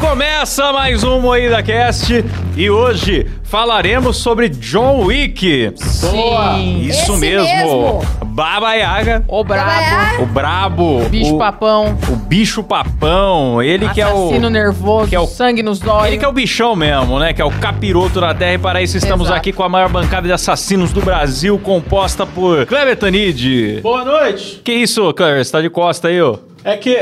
Começa mais um Moída Cast e hoje falaremos sobre John Wick. Boa! Isso Esse mesmo. mesmo. Baba Yaga, O brabo, Trabalhar. o brabo, bicho o, papão, o bicho papão, ele que é o assassino nervoso, que é o- sangue nos olhos. Ele que é o bichão mesmo, né? Que é o capiroto da terra. E para isso estamos Exato. aqui com a maior bancada de assassinos do Brasil, composta por Kleber Tanid. Boa noite! Que isso, Kleber? Você tá de costa aí, ô? É que.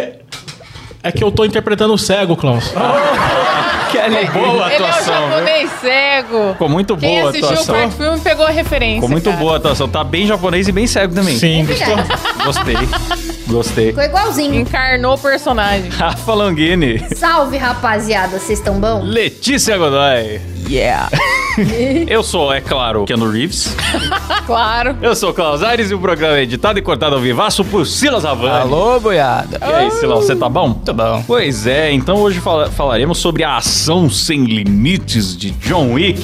É que eu tô interpretando o cego, Klaus. Ah, Que alegria. Boa Ele é o atuação, viu? japonês cego. Ficou muito Quem boa a assistiu o atuação. quarto filme pegou a referência. Ficou muito cara. boa a atuação. Tá bem japonês e bem cego também. Sim, gostou? Verdade. Gostei. Gostei. Ficou igualzinho. Encarnou o personagem. Rafa Longini. Salve, rapaziada. Vocês estão bom? Letícia Godoy. Yeah. Eu sou, é claro, Keanu Reeves. Claro. Eu sou o Klaus Aires e o programa é editado e cortado ao vivaço por Silas Havana. Alô, boiada. E aí, Silão, você tá bom? Muito bom. Pois é, então hoje fala- falaremos sobre a ação sem limites de John Wick.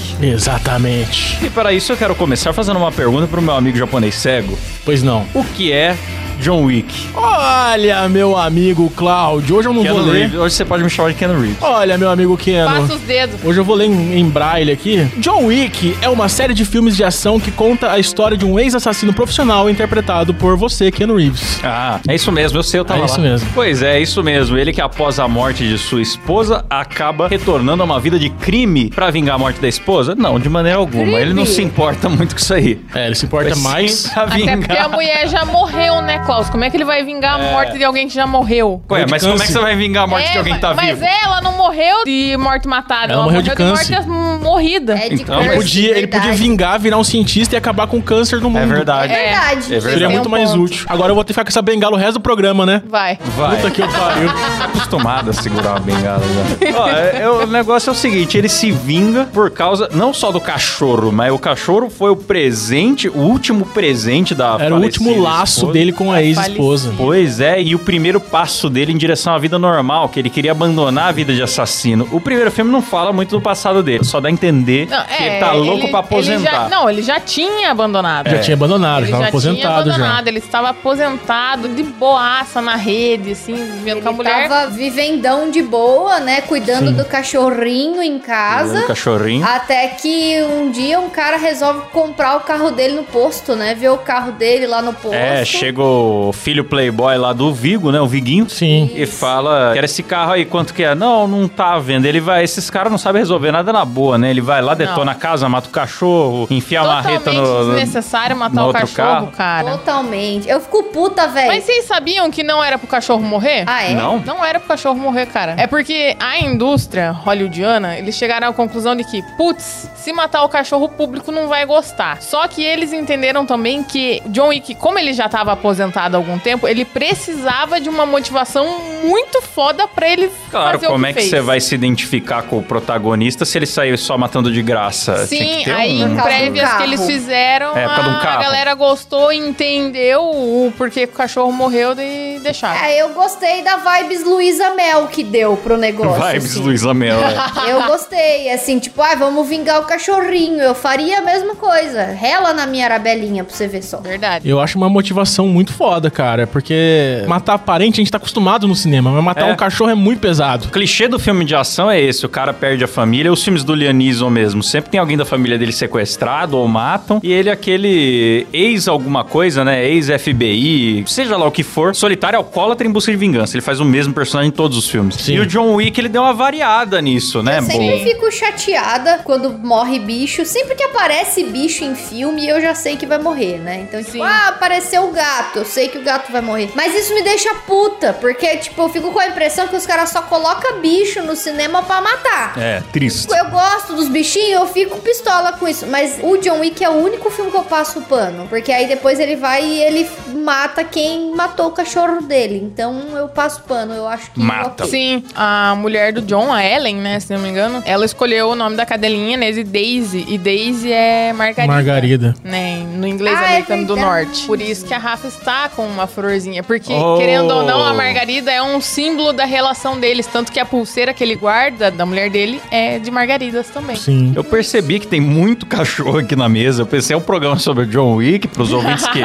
Exatamente. E para isso eu quero começar fazendo uma pergunta pro meu amigo japonês cego. Pois não. O que é John Wick? Olha, meu amigo Cláudio, hoje eu não vou Keanu ler. Reeves. Hoje você pode me chamar de Keanu Reeves. Olha, meu amigo Keno. Passa os dedos. Hoje eu vou ler em, em braille aqui. John Wick é uma série de filmes de ação que conta a história de um ex-assassino profissional interpretado por você, Keanu Reeves. Ah, é isso mesmo, eu sei, eu tava É lá. isso mesmo. Pois é, é isso mesmo. Ele que após a morte de sua esposa acaba retornando a uma vida de crime pra vingar a morte da esposa? Não, de maneira alguma. Crime. Ele não se importa muito com isso aí. É, ele se importa Mas mais. sim pra Até porque a vingar. mulher já morreu, né, Klaus? Como é que ele vai vingar a morte de alguém que já morreu? Ué, mas como é que câncer. você vai vingar a morte É, de alguém que tá mas vivo? ela não morreu de morte matada. Ela morreu de morte morrida. É de Então, curse, Ele podia, ele verdade. podia vingar, virar um cientista e acabar com o câncer do mundo. É verdade. É. Verdade. É verdade. Seria Tem muito um mais ponto. útil. Agora eu vou ter que ficar com essa bengala o resto do programa, né? Vai. Vai. Puta que eu pariu. acostumado a segurar uma bengala já. Ó, é- é o negócio é o seguinte, ele se vinga por causa não só do cachorro, mas o cachorro foi o presente, o último presente da Era o falecida último laço esposa. dele com a ex-esposa. Pois é, e o primeiro passo dele em direção à vida normal, que ele queria abandonar a vida de assassino. O primeiro filme não fala muito do passado dele, só dá a entender Não, é, que ele tá louco pra ele aposentar. já- não, ele já tinha abandonado. é. Já tinha abandonado, Ele já já tava aposentado tinha já. abandonado, ele estava aposentado, de boaça na rede, assim, vivendo com a Ele mulher. tava vivendão de boa, né? Cuidando do cachorrinho em O casa. cachorrinho. Até que um dia um cara resolve comprar o carro dele no posto, né? Vê o carro dele lá no posto. É, chega o filho playboy lá do Vigo, né? O Viguinho. Sim. E fala, quero esse carro aí, quanto que é? Não, não tá à venda. Ele vai, esses caras não sabem resolver nada na boa, né? Ele vai lá, detona Não. a casa, mata o cachorro, enfia a marreta Totalmente no. no- desnecessário no matar o outro cachorro, carro. cara. Totalmente. Eu fico puta, Mas velho. vocês sabiam que não era pro cachorro morrer? Ah, é? Não? Não era pro cachorro morrer, cara. É porque a indústria hollywoodiana, eles chegaram à conclusão de que, putz, se matar o cachorro, o público não vai gostar. Só que eles entenderam também que John Wick, como ele já tava aposentado há algum tempo, ele precisava de uma motivação muito foda pra ele Claro, fazer como o que é que fez. você vai se identificar com o protagonista se ele saiu só matando de graça? Ah, Tinha Sim, que ter aí um- em Por causa de um prévias que carro. eles fizeram, É, por causa de um a carro. galera gostou, entendeu o porquê que o cachorro morreu e deixaram. É, eu gostei da vibes Luísa Mel que deu pro negócio. Vibes assim. Luiz Amel. é. Eu gostei, assim, tipo, ah, vamos vingar o cachorrinho. Eu faria a mesma coisa. Rela na minha arabelinha pra você ver só. Verdade. Eu acho uma motivação muito foda, cara. Porque matar parente a gente tá acostumado no cinema, mas matar É. um cachorro é muito pesado. O clichê do filme de ação é esse: o cara perde a família. Os filmes do Lianismo mesmo. Sempre tem alguém da família dele sequestrado ou matam. E ele, é aquele ex alguma coisa, né? Ex-FBI, seja lá o que for, solitário alcoólatra em busca de vingança. Ele faz o mesmo personagem em todos os filmes. Sim. E o John Wick, ele deu uma variada nisso, né? eu sempre fico chateada quando morre bicho. Sempre que aparece bicho em filme, eu já sei que vai morrer, né? Então, tipo, Sim. ah, apareceu o gato. Eu sei que o gato vai morrer. Mas isso me deixa puta, porque, tipo, eu fico com a impressão que os caras só colocam bicho no cinema pra matar. É, triste. Tipo, Eu gosto dos bichinhos, eu fico pistola com isso. Mas o John Wick é o único filme que eu passo o pano. Porque aí depois ele vai e ele mata quem matou o cachorro dele. Então eu passo pano, eu acho que. é Mata. ok. Sim, a mulher do John, a Ellen, né, se não me engano, ela escolheu o nome da cadelinha, né, de Daisy, e Daisy é Margarida. Margarida. Né, no inglês Ah, é americano do verdade. norte. Por isso que a Rafa está com uma florzinha, porque, Oh. querendo ou não, a Margarida é um um símbolo da relação deles. Tanto que a pulseira que ele guarda da mulher dele é de margaridas também. Sim. Eu percebi que tem muito cachorro aqui na mesa. Eu pensei, é um programa sobre o John Wick, pros ouvintes que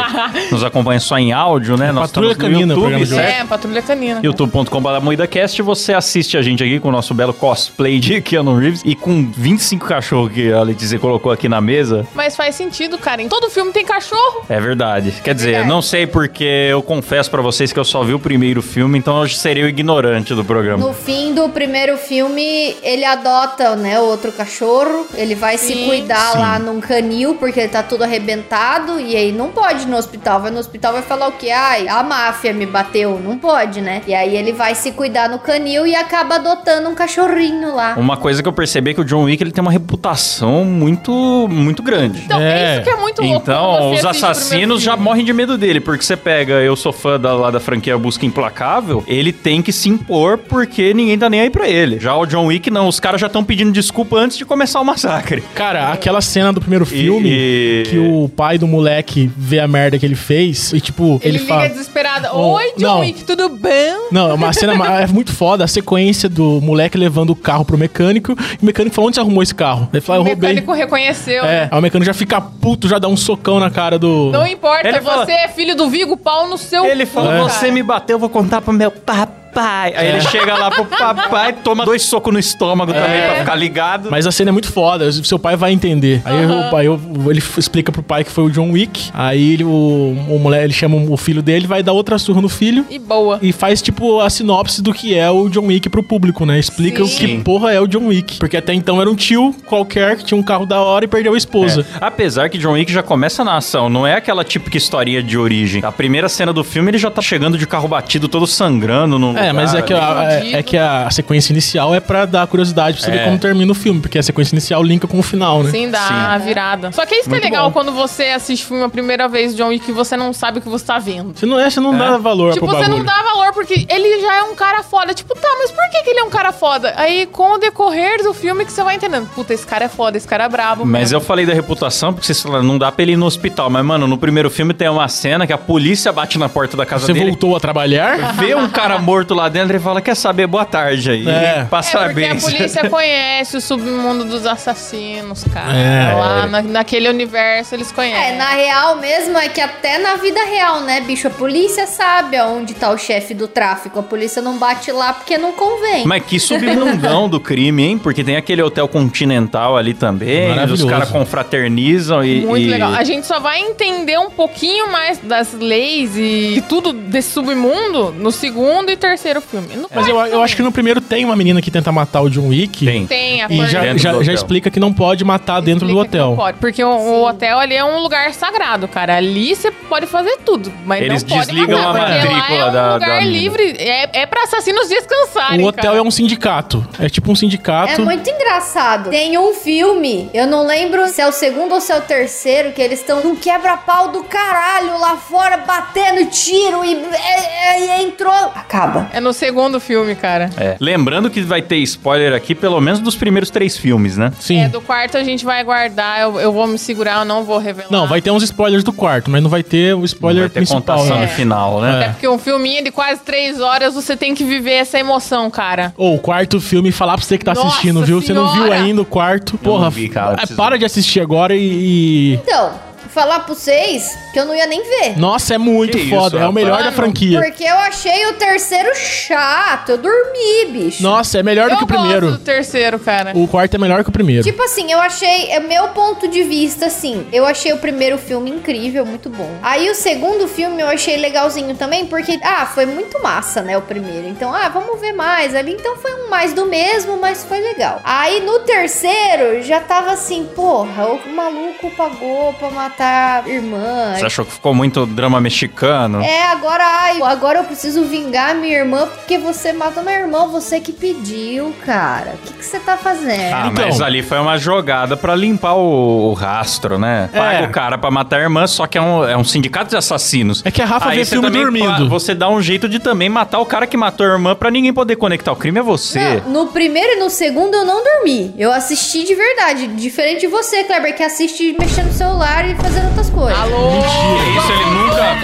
nos acompanham só em áudio, né? Patrulha estamos Canina, o YouTube, programa de hoje. certo? É, patrulha canina. youtube.com.br MoidaCast, você assiste a gente aqui com o nosso belo cosplay de Keanu Reeves e com 25 cachorros que a Letícia colocou aqui na mesa, Mas faz sentido, cara. Em todo filme tem cachorro. é verdade. Quer dizer, Verdade. não sei porque eu confesso pra vocês que eu só vi o primeiro filme, então eu seria o ignorante do programa. No fim do primeiro filme, ele adota, né, outro cachorro. Ele vai Sim. se cuidar Sim. lá num canil, porque ele tá tudo arrebentado. E aí não pode ir no hospital. Vai no hospital vai falar o quê? Ai, a máfia me bateu. Não pode, né? E aí ele vai se cuidar no canil e acaba adotando um cachorrinho lá. Uma coisa que eu percebi é que o John Wick ele tem uma reputação muito, muito grande. Então, é, É. isso que é muito louco. quando Então, você os assiste o primeiro assassinos já filme. morrem de medo dele, porque você pega, eu sou fã da, lá da franquia Busca Implacável, ele tem que se impor porque ninguém tá nem aí pra ele. Já o John Wick, não, os caras já estão pedindo desculpa antes de começar o massacre. Cara, aquela cena do primeiro E- filme e- que o pai do moleque vê a merda que ele fez e, tipo, Ele, ele, liga fala. desesperado. Oh, Oi, John não. Wick, tudo bom? Não, é uma cena ma- é muito foda. A sequência do moleque levando o carro pro mecânico. E o mecânico falou: onde você arrumou esse carro? Ele fala: eu o roubei. mecânico reconheceu. É, aí o mecânico já fica puto, já dá um socão na cara do. Não importa, Ele você fala- é filho do Vigo, pau no seu. Ele fala, cu, você cara." me bateu, eu vou contar pro meu papai. Aí É. ele chega lá pro papai, toma dois socos no estômago também pra ficar ligado. É. Mas a cena é muito foda, o seu pai vai entender. Aí o pai, o- ele f- explica pro pai que foi o John Wick. Aí ele, o, o moleque, ele chama o filho dele, vai dar outra surra no filho. E boa. E faz, tipo, a sinopse do que é o John Wick pro público, né? Explica Sim. o que porra é o John Wick. Porque até então era um tio qualquer que tinha um carro da hora e perdeu a esposa. É. Apesar que John Wick já começa na ação, não é aquela típica historinha de origem. A primeira cena do filme ele já tá chegando de carro batido, todo sangrando. num É, mas é lugar. que, a, é- Fudido. é que a sequência inicial é pra dar curiosidade, pra você É. ver como termina o filme. Porque a sequência inicial linka com o final, né? Sim, dá Sim. a virada. Só que isso que é Muito legal bom. quando você assiste filme a primeira vez, John Wick, e você não sabe o que você tá vendo. Você não é, você não dá valor Tipo, pro você bagulho. não dá valor porque ele já é um cara foda. Tipo, tá, mas por que, que ele é um cara foda? Aí, com o decorrer do filme, que você vai entendendo. Puta, esse cara é foda, esse cara é brabo. Mas mesmo. eu falei da reputação, porque vocês falaram, não dá pra ele ir no hospital. Mas, mano, no primeiro filme tem uma cena que a polícia bate na porta da casa Você dele, voltou a trabalhar? vê um cara morto lá dentro e fala, quer saber, boa tarde aí. É. Passa É porque a bem. polícia conhece o submundo dos assassinos, cara. É. Lá na- naquele universo eles É, conhecem. na real mesmo é que até na vida real, né, bicho? A polícia sabe aonde tá o chefe do tráfico. A polícia não bate lá porque não convém. Mas que submundão do crime, hein? Porque tem aquele hotel continental ali também, os Maravilhoso. caras confraternizam e... Muito e- legal. A gente só vai entender um pouquinho mais das leis e tudo desse submundo no segundo e terceiro filme. No Mas quarto eu, eu acho que no primeiro tem uma menina que tenta matar o John Wick. Tem. tem a E parte- Dentro já, do já, já hotel. explica que não pode matar dentro do explica que não hotel. pode, porque o, o hotel ali é um lugar sagrado, cara. Ali você pode fazer tudo, mas Eles não pode desligam matar, a porque matrícula lá é um da- da lugar mina. livre. É, é pra assassinos descansarem, O hotel cara. é um sindicato. É tipo um É sindicato. muito engraçado. Tem um filme, eu não lembro se é o segundo ou se é o terceiro, que eles estão num quebra-pau do caralho lá fora, batendo tiro e, é, e- e- e entrou. Acaba. É no segundo filme, cara. É. Lembrando que vai ter spoiler aqui, pelo menos dos primeiros três filmes, né? Sim. É, do quarto a gente vai guardar, eu, eu vou me segurar, eu não vou revelar. Não, vai ter uns spoilers do quarto, mas não vai ter o spoiler vai ter principal. contação né? no final, né? É porque um filminho de quase três horas, você tem que viver essa emoção, cara. Ou o quarto filme, falar pra você que tá Nossa assistindo, viu? Você não viu Senhora! ainda o quarto. Porra, não vi, cara, é, preciso para ver. de assistir agora e. e- Então, falar pra vocês que eu não ia nem ver. Nossa, é muito Que isso, foda. é o rapaz. melhor da Mano, franquia. Porque eu achei o terceiro chato. Eu dormi, bicho. Nossa, é melhor do eu que o gosto primeiro. do terceiro, cara. O quarto é melhor que o primeiro. Tipo assim, eu achei, é meu ponto de vista, assim, eu achei o primeiro filme incrível, muito bom. Aí o segundo filme eu achei legalzinho também, porque, ah, foi muito massa, né, o primeiro. Então, ah, vamos ver mais ali. Então foi um mais do mesmo, mas foi legal. Aí no terceiro, já tava assim, porra, o maluco pagou pra matar a irmã. É. Você achou que ficou muito drama mexicano? É, agora, ai, agora eu preciso vingar minha irmã porque você matou minha irmã, você que pediu, cara. O que, que você tá fazendo? Ah, Então. mas ali foi uma jogada pra limpar o, o rastro, né? É. Paga o cara pra matar a irmã, só que é um, é um sindicato de assassinos. É que a Rafa Aí vê você filme também dormindo. pa- Você dá um jeito de também matar o cara que matou a irmã pra ninguém poder conectar o crime a você. Não, no primeiro e no segundo eu não dormi. Eu assisti de verdade. Diferente de você, Kleber, que assiste mexendo no celular e fazendo fazendo outras coisas. Alô? Que É isso, ele nunca,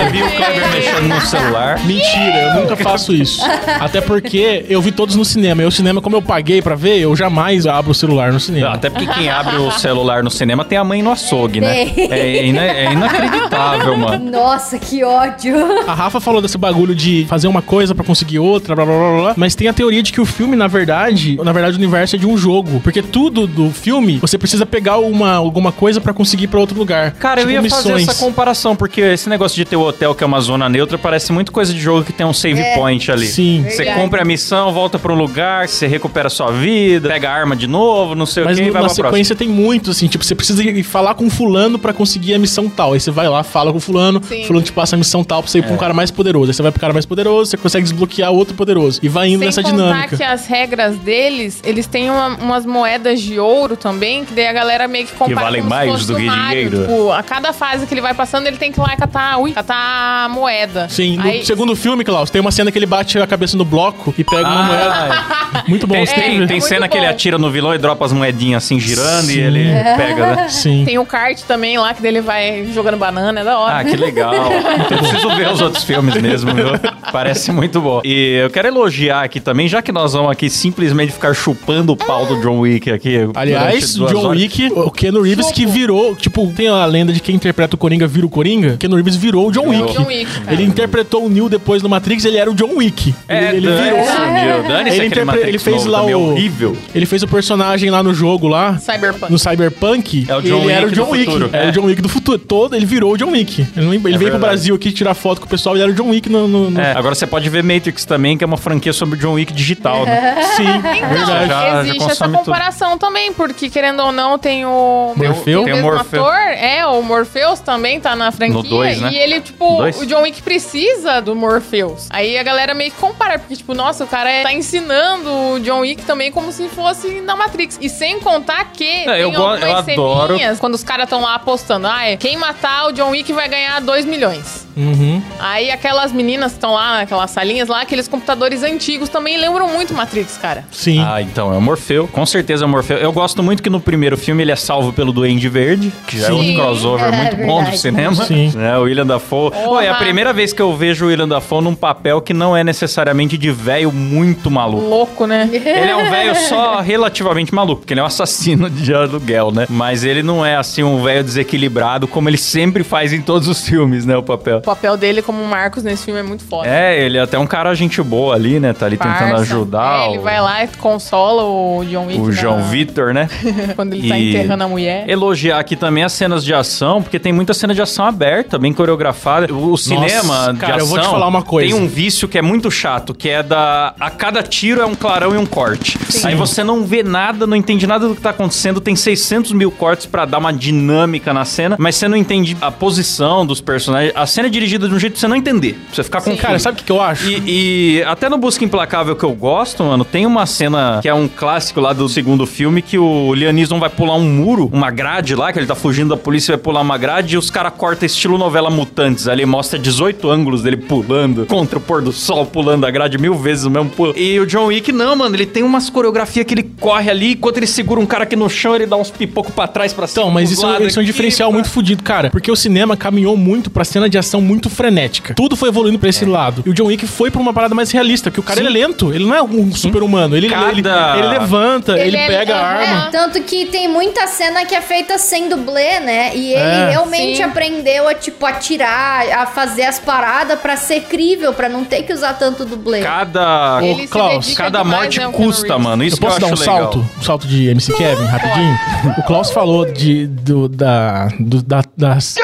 nunca viu o Kleber mexendo no celular. Mentira, eu nunca faço isso. Até porque eu vi todos no cinema. E o cinema, como eu paguei pra ver, eu jamais abro o celular no cinema. Até porque quem abre o celular no cinema tem a mãe no açougue, né? Tem. É, ina- é inacreditável, mano. Nossa, que ódio. A Rafa falou desse bagulho de fazer uma coisa pra conseguir outra, blá blá blá blá, blá. Mas tem a teoria de que o filme, na verdade, na verdade, o universo é de um jogo. Porque tudo do filme, você precisa pegar uma, alguma coisa pra conseguir ir pra outro lugar. Cara, eu Tipo, ia fazer essa comparação, porque esse negócio de ter o hotel que é uma zona neutra parece muito coisa de jogo que tem um save É. point ali. Sim. Você Verdade. compra a missão, volta pra um lugar, você recupera a sua vida, pega a arma de novo, não sei Mas o que, e no- vai na pra próxima. sequência tem muito, assim, tipo, você precisa ir falar com fulano pra conseguir a missão tal. Aí você vai lá, fala com fulano, Sim. fulano te passa a missão tal pra você ir É. pra um cara mais poderoso. Aí você vai pro cara mais poderoso, você consegue desbloquear outro poderoso. E vai indo Sem nessa contar dinâmica. que as regras deles, eles têm uma- umas moedas de ouro também, que daí a galera meio que compara valem como se mais fosse do que Mario, dinheiro. Tipo, a cada fase que ele vai passando, ele tem que ir lá catar, ui, catar a moeda. Sim, no Aí- segundo filme, Klaus, tem uma cena que ele bate a cabeça no bloco e pega uma moeda. Muito bom, Ah, Tem, você tem- teve? tem Muito cena que ele bom. atira no vilão e dropa as moedinhas assim girando e ele pega, né? Sim. Tem o kart também lá, que daí ele vai jogando banana, é da hora. Ah, que legal. Então Eu preciso ver os outros filmes mesmo, viu? Parece muito bom. E eu quero elogiar aqui também, já que nós vamos aqui simplesmente ficar chupando o pau do John Wick aqui. Aliás, durante duas John horas. Wick, o Keanu Reeves que virou, tipo, tem a lenda de quem interpreta o Coringa vira o Coringa. Keanu Reeves virou o John Virou. Wick. John Wick, cara. Ah, Ele interpretou o Neo depois no Matrix, ele era o John Wick. É, ele, ele dane-se, Ah, virou. meu, dane-se Ele é aquele interpre- Matrix ele fez novo lá também, é o- horrível. Ele fez o personagem lá no jogo lá. Cyberpunk. No Cyberpunk, É o John ele era o Wick do John Wick. futuro. Era É. o John Wick do futuro. Todo, ele virou o John Wick. Ele, não- ele veio pro verdade. Brasil aqui tirar foto com o pessoal, ele era o John Wick no. no- no- É, agora você pode ver Matrix também, que é uma franquia sobre o John Wick digital, né? Sim, é Não, Verdade. verdade. Já- já existe essa consome tudo. comparação também, porque querendo ou não, tem o. Morfeu? o Tem o mesmo Morfeu. ator, é, o Morpheus também tá na franquia. No dois, né? E ele, tipo, Dois? o John Wick precisa do Morpheus. Aí a galera meio que compara, porque, tipo, nossa, o cara é- tá ensinando o John Wick também como se fosse na Matrix. E sem contar que tem É, eu go- algumas eu adoro. ceninhas quando os caras estão lá apostando, ah, é, quem matar o John Wick vai ganhar 2 milhões. Uhum. Aí aquelas meninas que estão lá, naquelas salinhas lá, aqueles computadores antigos também lembram muito Matrix, cara. Sim. Ah, então é o Morfeu. Com certeza é o Morfeu. Eu gosto muito que no primeiro filme ele é salvo pelo Duende Verde, que já é outro Sim. crossover É, muito bom do verdade. cinema. Sim. É, o William Dafoe. Porra. Pô, é a primeira vez que eu vejo o William Dafoe num papel que não é necessariamente de velho muito maluco. Louco, né? Ele é um velho só relativamente maluco, porque ele é um assassino de aluguel, né? Mas ele não é assim um velho desequilibrado como ele sempre faz em todos os filmes, né? O papel. O papel dele como Marcos nesse filme é muito foda. É, ele é até um cara gente boa ali, né? Tá ali tentando Parça. ajudar É, ele o- vai lá e consola o John Wick. o na- João Vitor, né? Quando ele tá E- enterrando a mulher. Elogiar aqui também as cenas de ação, porque tem muita cena de ação aberta, bem coreografada. O cinema de cara, ação eu vou te falar uma coisa. tem um vício que é muito chato, que é da... A cada tiro é um clarão e um corte. Aí você não vê nada, não entende nada do que tá acontecendo, tem 600 mil cortes pra dar uma dinâmica na cena, mas você não entende a posição dos personagens. A cena é dirigida de um jeito que você não entender. pra Você ficar com Então, Cara, sabe o que que eu acho? e, e até no Busca Implacável que eu gosto, mano, tem uma cena que é um clássico lá do segundo filme que o Leonison vai pular um muro, uma grade lá, que ele tá fugindo da polícia, vai pular uma grade e os caras cortam estilo novela Mutantes. Ali mostra 18 ângulos dele pulando, contra o pôr do sol, pulando a grade mil vezes o mesmo pulo. E o John Wick, não, mano, ele tem umas coreografias que ele corre ali, enquanto ele segura um cara aqui no chão, ele dá uns pipocos pra trás, pra cima. Então, mas pros isso, é um- lados isso é um aqui, diferencial pra- muito fodido, cara. Porque o cinema caminhou muito pra cena de ação muito frenética. Tudo foi evoluindo pra esse lado. E o John Wick foi pra uma parada mais realista, que o cara É. Sim. ele é lento. Ele não é um super-humano. Ele, Cada- ele, ele levanta, ele, Ele é- pega a Aham. arma. É, tanto que tem muita cena que é feita sem dublê, né? E ele É. realmente Sim. aprendeu a, tipo, atirar, a fazer as paradas pra ser crível, pra não ter que usar tanto dublê. Cada. Ele- Ô, Klaus, dedica Cada demais, morte né, o Keanu custa, Reeves. mano. Isso eu posso que eu dar um acho legal. salto? Um salto de MC Kevin, rapidinho? o Klaus falou de... Do, da... Do, da das...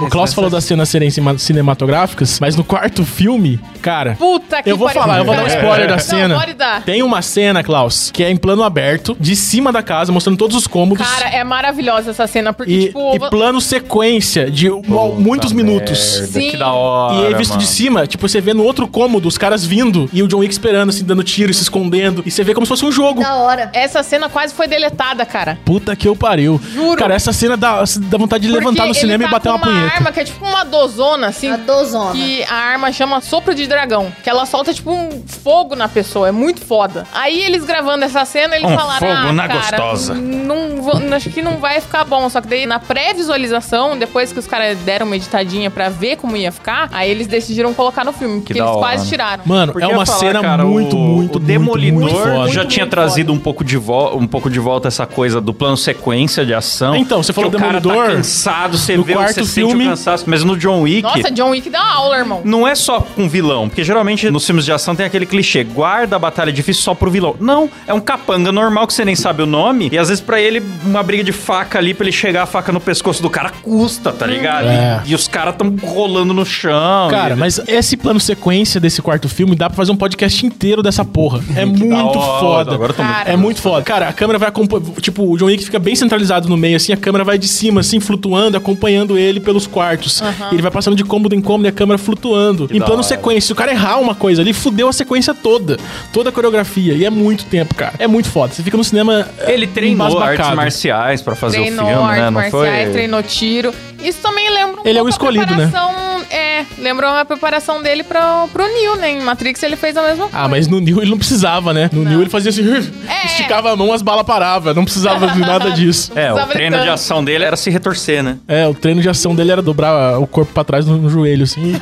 O Klaus falou das cenas serem cima- cinematográficas, mas no quarto filme, cara... Puta que Eu vou pariu. falar, eu vou dar um spoiler da Não, cena. pode dar. Tem uma cena, Klaus, que é em plano aberto, de cima da casa, mostrando todos os cômodos. Cara, é maravilhosa essa cena, porque, e, tipo... e plano sequência de um- muitos minutos. Merda, Sim. Que da hora. E aí, visto mano. de cima, tipo, você vê no outro cômodo os caras vindo e o John Wick esperando, assim, dando tiro e se escondendo. E você vê como se fosse um jogo. É Da hora. Essa cena quase foi deletada, cara. Puta que eu pariu. Juro. Cara, essa cena dá, dá vontade de levantar Porque tá no no cinema e bater uma com uma punheta. arma que é tipo uma dozona, assim. A dozona. Que a arma chama sopro de dragão. Que ela solta, tipo, um fogo na pessoa. É muito foda. Aí eles gravando essa cena, eles Um falaram. fogo "Ah, na cara, gostosa." Não, vou- não- acho que não vai ficar bom. Só que daí, na pré-visualização, depois que os caras deram uma editadinha pra ver como ia ficar, aí eles decidiram colocar no filme. Porque da eles hora. né? quase tiraram. Mano, Porque é eu uma ia falar, cena cara, muito, o- muito, o Demolidor muito, muito foda. já tinha trazido um pouco, de vol- um pouco de volta essa coisa do plano sequência de ação. Então, você falou que o cara Demolidor, tá cansado, você no vê, você quarto sente filme- o cansaço. Mas no John Wick... Nossa, John Wick dá aula, irmão. Não é só com vilão, porque geralmente nos filmes de ação tem aquele clichê, guarda a batalha difícil só pro vilão. Não, é um capanga normal que você nem sabe o nome, e às vezes pra ele uma briga de faca ali, pra ele chegar a faca no pescoço do cara custa, tá ligado? É. E, e os caras tão rolando no chão. Cara, e- mas esse plano sequência desse quarto filme dá pra fazer um podcast inteiro dessa porra. da É muito hora, foda. agora eu tô muito Cara, é muito foda. Cara, a câmera vai acompa- Tipo, o John Wick fica bem centralizado no meio, assim, a câmera vai de cima, assim, flutuando, acompanhando ele pelos quartos. E ele vai passando de cômodo em cômodo e a câmera flutuando. em da plano hora. sequência. Se o cara errar uma coisa ali, fudeu a sequência toda. Toda a coreografia. E é muito tempo, cara. É muito foda. Você fica no cinema. é, Ele treinou embasbacado. artes marciais pra fazer treinou o filme, né? artes Não marciais, foi? treinou tiro. Isso também lembra um Ele é pouco o a escolhido, né? preparação, É, lembra uma preparação dele pro, pro Neo, né? Em Matrix ele fez a mesma coisa. Ah, mas no New ele não precisava, né? No New ele fazia assim, esticava a mão, as balas paravam. Não precisava de nada disso. É, o Precisava treino de tanto. ação dele era se retorcer, né? É, o treino de ação dele era dobrar o corpo pra trás no, no joelho, assim.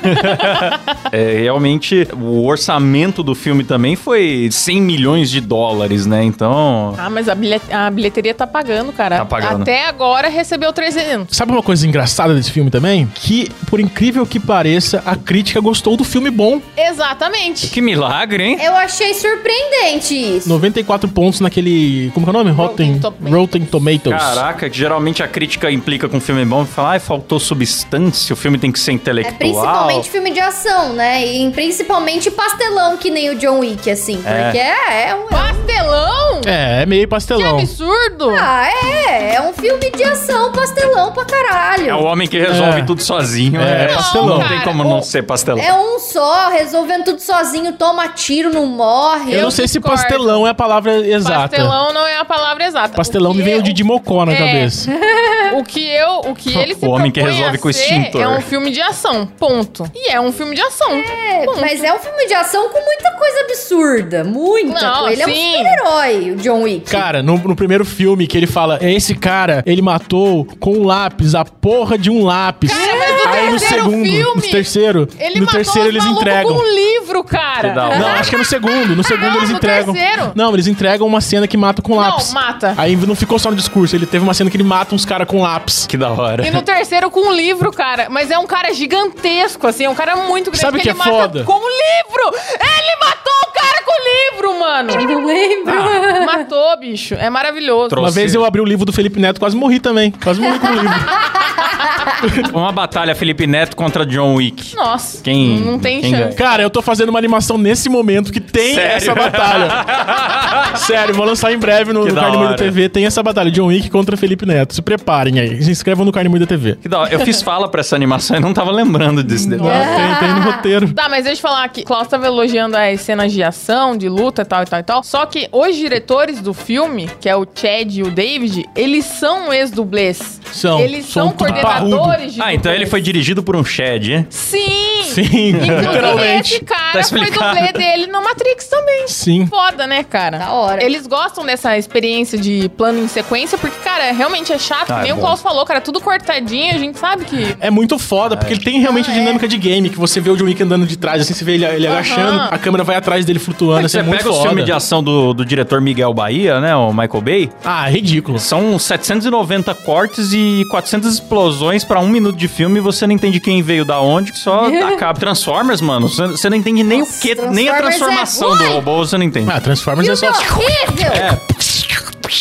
É, realmente, o orçamento do filme também foi 100 milhões de dólares, né? Então... Ah, mas a, bilhe- a bilheteria tá pagando, cara. Tá pagando. Até agora recebeu 300. Sabe uma coisa engraçada desse filme também? Que, por incrível que pareça, a crítica gostou do filme bom. Exatamente. Que milagre, hein? Eu achei surpreendente isso. 94 pontos naquele. Como que é o nome? Rotten, Rotten Rotten, Tomatoes. Tomatoes. Caraca, que geralmente a crítica implica com um filme bom, falar, ai, faltou substância, o filme tem que ser É intelectual. principalmente filme de ação, né? E principalmente pastelão, que nem o John Wick, assim. É. Porque é, é um. Pastelão? É, é meio Que pastelão. absurdo. Ah, é. É um filme de ação, pastelão pra caralho. É o homem que resolve É. tudo sozinho. É, né? pastelão. Não tem como Cara, não o- ser pastelão. É um só, resolvendo tudo sozinho, toma tiro, não morre. eu, não eu sei se discordo. pastelão é a palavra exata. Pastelão, Pastelão não é a palavra exata. O me que veio eu- de Dimocó na É. cabeça. O que eu, o que ele se O homem que propõe resolve a com o ser extintor. É um filme de ação, ponto. E é um filme de ação. É, mas é um filme de ação com muita coisa absurda. Muita Não, coisa. Ele é um sim. super-herói, o John Wick. Cara, no, no primeiro filme que ele fala, "É, esse cara, ele matou com um lápis, a porra de um lápis. Cara, mas no Aí no terceiro segundo, filme, no terceiro, Ele no matou terceiro os eles malucos entregam. com um livro, cara. Que da hora. Não, acho que é no segundo. No segundo Não, eles Ah, no entregam. terceiro. Não, eles entregam uma cena que mata com lápis. mata. Aí não ficou só no discurso, ele teve uma cena que ele mata uns caras com lápis. Que da hora. E no terceiro com um livro, cara. Mas é um cara gigantesco, assim. É um cara muito grande. Sabe que que ele é mata foda? Com um livro! Ele matou o cara com o livro, mano! não lembro. Ah, Matou, bicho. É maravilhoso. Trouxe. Uma vez eu abri o livro do Felipe Neto, quase morri também. Quase morri com o livro. Uma batalha Felipe Neto contra John Wick. Nossa. Quem- Não tem quem chance. ganha? Cara, eu tô fazendo uma animação nesse momento que tem Sério? essa batalha. Sério, vou lançar em breve no, Que no da Carne Moída hora. TV. Tem essa batalha, John Wick contra Felipe Neto. Se preparem aí. Se inscrevam no Carne Moída TV. Que da hora. Eu fiz fala pra essa animação e não tava lembrando né? desse detalhe. Ah, tem, tem no roteiro. Tá, mas deixa eu falar aqui. Klaus tava elogiando as cenas de ação, de luta e tal e tal e tal. Só que os diretores do filme, que é o Chad e o David, eles são ex-dublês. São. Eles São são, tudo parrudo. coordenadores de Ah, então dublês. ele foi dirigido por um Chad, hein? Sim! Sim, Inclusive, literalmente. esse cara Tá foi explicado. dublê dele no Matrix também. Sim. Foda, né, cara? Da hora. Eles gostam dessa experiência de plano em sequência, porque, cara, realmente é chato. Ah, que nem é o bom. Klaus falou, cara, tudo cortadinho, a gente sabe que. É muito foda, porque ele tem realmente a dinâmica de game, que você vê o John Wick andando de trás, assim, você vê ele, ele agachando, a câmera vai atrás dele flutuando, assim, Você é muito pega o foda. filme de ação do, do diretor Miguel Bahia, né? O Michael Bay. Ah, ridículo. São 790 cortes e 400 explosões pra um minuto de filme. Você não entende quem veio da onde, só acaba. Transformers, mano, você- você não entende nem Nossa, o que, nem a Transformers transformação é do ruim. robô, você não entende. É. Ah, Transformers é Filme só. É. horrível!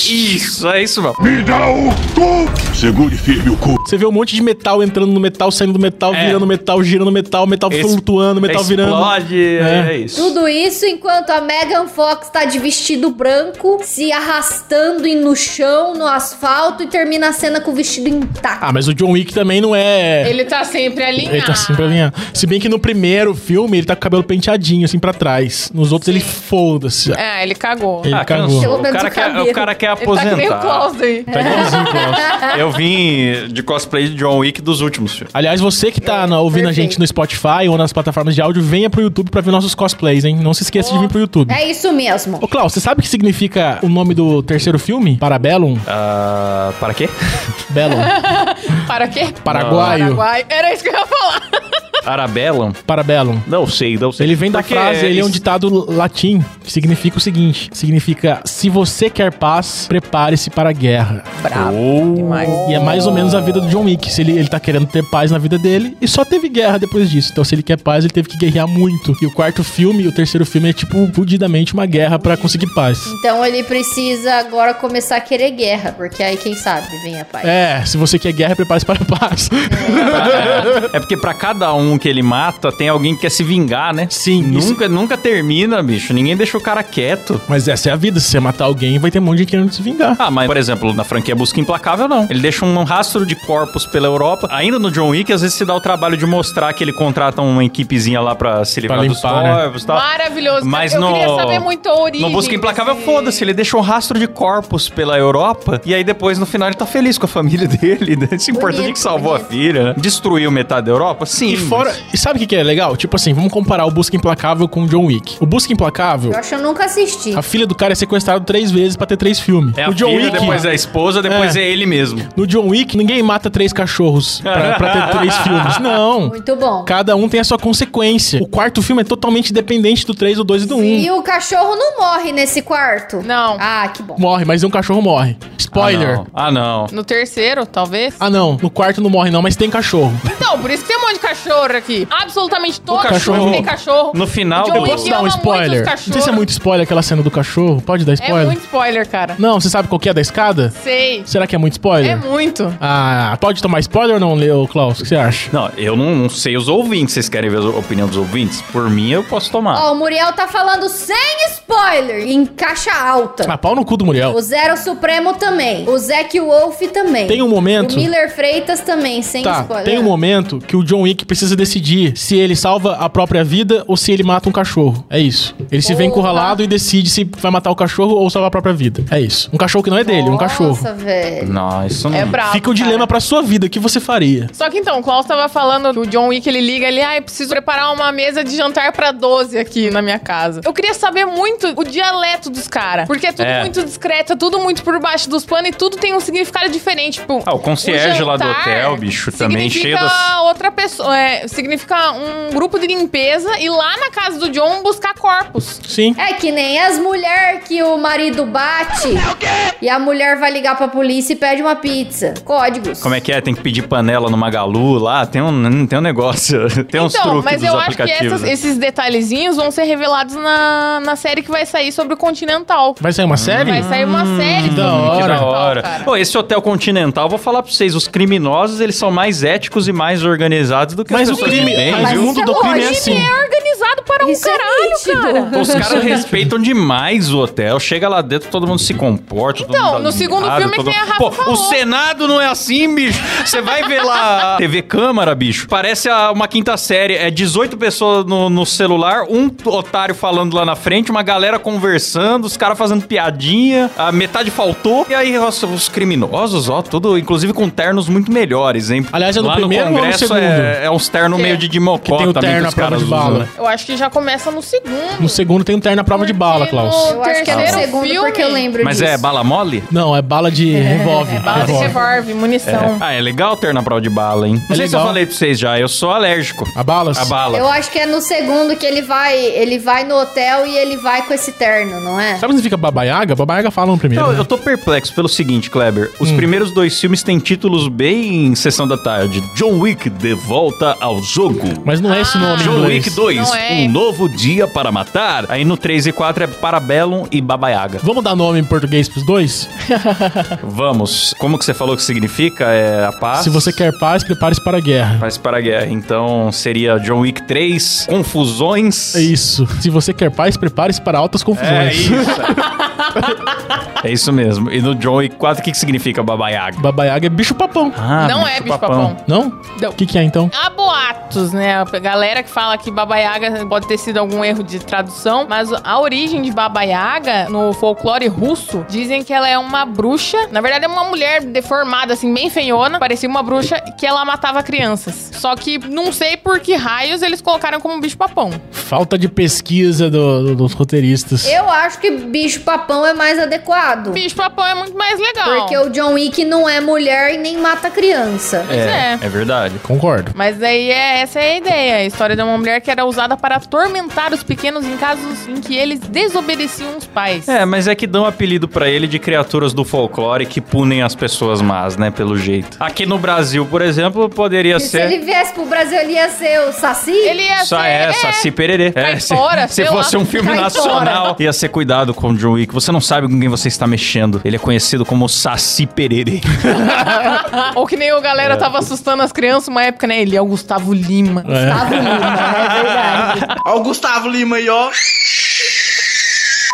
Isso, é isso, Tá mano. Me dá o cu! Segure firme o cu. Você vê um monte de metal entrando no metal, saindo do metal, É. virando metal, girando metal, metal Esse- flutuando, metal virando. Explode, é, É. isso. Tudo isso enquanto a Megan Fox tá de vestido branco, se arrastando e no chão, no asfalto e termina a cena com o vestido intacto. Ah, mas o John Wick também não é. Ele tá sempre alinhado. Ele tá assim pra alinhar. Se bem que no primeiro filme ele tá com o cabelo penteadinho, assim, pra trás. Nos outros ele foda-se. É, ele cagou. Ele Ah, cagou. cansou. Pelo O menos cara, o quer, cabelo. o cara quer Ele tá aposentar. que nem o Klaus aí. Tá igualzinho, Klaus. Eu vim de cosplay de John Wick dos últimos filmes. Aliás, você que tá na- ouvindo a gente É, Perfeito. no Spotify ou nas plataformas de áudio, venha pro YouTube pra ver nossos cosplays, hein? Não se esqueça de vir pro YouTube. É isso mesmo. Ô, Klaus, você sabe o que significa o nome do terceiro filme? Parabellum? Ah, para quê? Bellum. É. Para quê? Paraguaio. Paraguai. Era isso que eu ia falar. Arabellum? Parabellum. Não sei, não sei. Ele vem da Porque frase, ele é um isso- ditado latim, que significa o seguinte: significa se você quer paz, prepare-se para a guerra. Oh. E é mais ou menos a vida do John Wick. Se ele, ele tá querendo ter paz na vida dele e só teve guerra depois disso. Então, se ele quer paz, ele teve que guerrear muito. E o quarto filme e o terceiro filme é tipo fudidamente uma guerra pra conseguir paz. Então ele precisa agora começar a querer guerra, porque aí quem sabe vem a paz. É, se você quer guerra, prepare-se para a paz. É, é porque pra cada um que ele mata, tem alguém que quer se vingar, né? Sim, Nunca, nunca termina, bicho. Ninguém deixa o cara quieto. Mas essa é a vida. Se você matar alguém, vai ter um monte de gente querendo se vingar. Ah, mas, por exemplo, na franquia Busca Implacável, não. Ele deixa um rastro de corpos pela Europa. Ainda no John Wick, às vezes se dá o trabalho de mostrar que ele contrata uma equipezinha lá pra se livrar Pra dos limpar, né? corpos e tal. Maravilhoso. Tá. Mas eu no, queria saber muito a origem. no Busca Implacável, desse- foda-se, ele deixa um rastro de corpos pela Europa e aí depois, no final, ele tá feliz com a família dele, né? Se importante Bonito, que salvou a bonito. filha, né? Destruiu metade da Europa? Sim. E fora. mas- E sabe o que, que é legal? Tipo assim, vamos comparar o Busca Implacável com o John Wick. O Busca Implacável, Eu acho que eu nunca assisti. a filha do cara é sequestrada três vezes pra ter três filmes. É a o John filha, Wick. depois é a esposa, depois é, ele mesmo. No John Wick, ninguém mata três cachorros pra, pra ter três filmes. Não. Muito bom. Cada um tem a sua consequência. O quarto filme é totalmente dependente do três, do dois e do um. E o cachorro não morre nesse quarto? Não. Ah, que bom. Morre, mas um cachorro morre. Spoiler. Ah, não. Ah, não. No terceiro, talvez. Ah não, no quarto não morre não, mas tem cachorro. Então, por isso que tem um monte de cachorro aqui. Absolutamente todos cachorro- tem cachorro. No final, O John Eu depois- Wick posso dar ama um muito spoiler? os Não cachorros. sei se é muito spoiler aquela cena do cachorro. Pode dar É spoiler? muito spoiler, cara. Não, você sabe qual que é da escada? Sei. Será que é muito spoiler? É muito. Ah, pode tomar spoiler ou não, Leo Klaus? O que você acha? Não, eu não, não sei os ouvintes. Vocês querem ver a opinião dos ouvintes? Por mim, eu posso tomar. Ó, o Muriel tá falando sem spoiler, em caixa alta. Ah, pau no cu do Muriel. O Zero Supremo também. O Zac Wolf também. Tem um momento- O Miller Freitas também, sem Tá, spoiler. tem um momento que o John Wick precisa decidir se ele salva a própria vida ou se ele mata um cachorro. É isso. Ele se vê Porra. encurralado e decide se vai matar o cachorro ou salvar a própria vida. É isso. Um cachorro que não é dele, um cachorro. Nossa, velho. Não, isso não. É bravo. Fica o dilema cara. pra sua vida, o que você faria? Só que então, o Klaus tava falando que o John Wick, ele liga ali, ai, preciso preparar uma mesa de jantar pra 12 aqui na minha casa. Eu queria saber muito o dialeto dos caras, porque é tudo É. muito discreto, é tudo muito por baixo dos panos e tudo tem um significado diferente. Tipo, Ah, o concierge lá do jantar hotel, bicho, também cheio significa das- outra pessoa, é, significa um grupo de limpeza e lá na casa do John buscar corpos. Sim. É que nem as mulheres que o marido bate É e a mulher vai ligar pra polícia e pede uma pizza. Códigos. Como é que é? Tem que pedir panela no Magalu lá. Tem um, tem um negócio. Tem uns Então, truques mas dos eu acho que aplicativos. essas- né? esses detalhezinhos vão ser revelados na, na série que vai sair sobre o Continental. Vai sair uma série? Vai sair uma Hum, série. sobre da o Hum. Que hora. da Continental, hora. cara. Ô, esse hotel continental, vou falar pra vocês, os criminosos, eles são mais éticos e mais organizados do que Mas as o pessoas crime- de bem, mas viu? o mundo do isso crime é ótimo. assim. É organizado para um Isso é nítido. caralho, cara. Os caras respeitam demais o hotel. Chega lá dentro, todo mundo se comporta. todo Então, mundo tá no segundo alinhado, filme todo tem a Rafa Pô, falou. o Senado não é assim, bicho. Você vai ver lá a TV Câmara, bicho. Parece a- uma quinta série. É 18 pessoas no, no celular, um otário falando lá na frente, uma galera conversando, os caras fazendo piadinha, a metade faltou. E aí, nossa, os criminosos, ó, tudo, inclusive com ternos muito melhores, hein? Aliás, é no lá primeiro ou no no Congresso segundo? É, é uns ternos Que- meio de dimocó Que tem o também terno que à os prova caras de bala. usam. Eu acho que já começa no segundo. No segundo tem um terno à prova de bala, Porque Klaus. no- Eu acho que é no Terceiro segundo filme. porque eu lembro Mas disso. é bala mole? Não, é bala de revólver. Bala de Revólver. revólver, munição. Ah, é legal ter na prova de bala, hein? Não sei se eu Então, É legal. falei pra vocês já, eu sou alérgico. A balas? A bala. Eu acho que é no segundo que ele vai, ele vai no hotel e ele vai com esse terno, não é? Sabe o que significa babaiaga? Babaiaga falam primeiro. Eu, né? eu tô perplexo pelo seguinte, Kleber. Hum. Os primeiros dois filmes têm títulos bem Sessão da Tarde. John Wick, De Volta ao Jogo. Mas não é esse nome em John inglês. Wick 2, Não é. Um Novo Dia para Matar. Aí no 3 e 4 é Parabellum e Babaiaga. Vamos dar nome em português pros dois? Vamos. Como que você falou que significa? É a paz? Se você quer paz, prepare-se para a guerra. Paz para a guerra. Então seria John Wick 3, Confusões. É isso. Se você quer paz, prepare-se para altas confusões. É isso. É isso mesmo. E no John Wick 4, o que, que significa Baba Yaga? Baba Yaga é bicho papão. Ah, Não é bicho-papão. Não? Não. O que, que é então? Há boatos, né? A galera que fala que Baba Yaga pode ter sido algum erro de tradução, mas a origem de Baba Yaga no folclore russo dizem que ela é uma bruxa. Na verdade, é uma mulher deformada, assim, bem feiona, parecia uma bruxa, que ela matava crianças. Só que não sei por que raios eles colocaram como bicho-papão. Falta de pesquisa do- do- dos roteiristas. Eu acho que bicho papão é mais adequado. Bicho-papão é muito mais legal. Porque o John Wick não é mulher e nem mata criança. É, é. é verdade. Concordo. Mas daí é, essa é a ideia. A história de uma mulher que era usada para atormentar os pequenos em casos em que eles desobedeciam os pais. É, mas é que dão apelido pra ele de criaturas do folclore que punem as pessoas más, né? Pelo jeito. Aqui no Brasil, por exemplo, poderia E se É ser. ele viesse pro Brasil, ele ia ser o Saci? Ele ia Só ser- é, Saci Pererê. Cai É, se, fora, se sei lá. fosse um filme Cai nacional, ia ser cuidado com o John Wick. Você não sabe com quem você está mexendo. Ele é conhecido como Saci Pererê. Ou que nem o É. galera tava assustando as crianças uma época, né? Ele é o Gustavo Lima. né? Gustavo Lima, é verdade. Ó o Gustavo Lima aí, ó.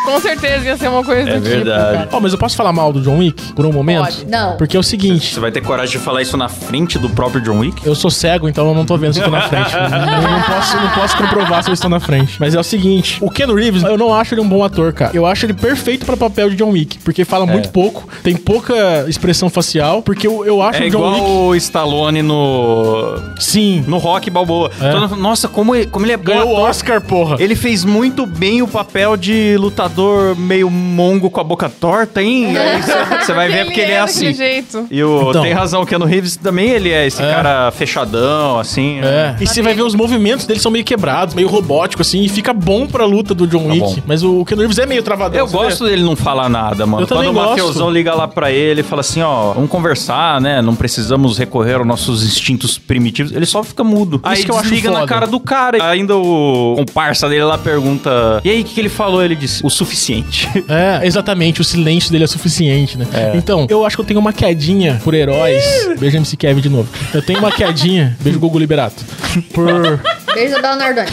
Com certeza ia ser uma coisa É do tipo. verdade. cara. Ó, mas eu posso falar mal do John Wick por um momento? Pode. Não. Porque é o seguinte. Você vai ter coragem de falar isso na frente do próprio John Wick? Eu sou cego, então eu não tô vendo se eu tô na frente. eu não posso, não posso comprovar se eu estou na frente. Mas é o seguinte: o Ken Reeves, eu não acho ele um bom ator, cara. Eu acho ele perfeito pra papel de John Wick, porque fala É. muito pouco, tem pouca expressão facial, porque eu, eu acho É o John igual Wick. o Stallone no. Sim. no Rock Balboa. É. Todo mundo, Nossa, como ele, como ele é bom Ganhou o ator." Oscar, porra. Ele fez muito bem o papel de lutador meio mongo com a boca torta, hein? Aí Você vai ver porque ele é É. daquele assim. jeito. E o Então. tem razão, o Keanu Reeves também ele é esse É. cara fechadão, assim. É. E você vai ver os movimentos dele são meio quebrados, meio robótico, assim, e fica bom pra luta do John Wick. Tá bom. Mas o Ken Reeves é meio travadão. Eu você gosto dele não falar nada, mano. Eu Quando também o gosto. Mateusão liga lá pra ele e fala assim, ó, vamos conversar, né? Não precisamos recorrer aos nossos instintos primitivos. Ele só fica mudo. Aí que eu acho desliga na foda. cara do cara. Ainda o comparsa dele lá pergunta, e aí, o que, que ele falou? Ele disse, o suficiente. É, exatamente. O silêncio dele é suficiente, né? Então, eu acho que eu tenho uma quedinha por heróis. Beijo MC Kevin de novo. Eu tenho uma quedinha. Beijo Google Liberato. Por. Beijo da Dona Nardoni.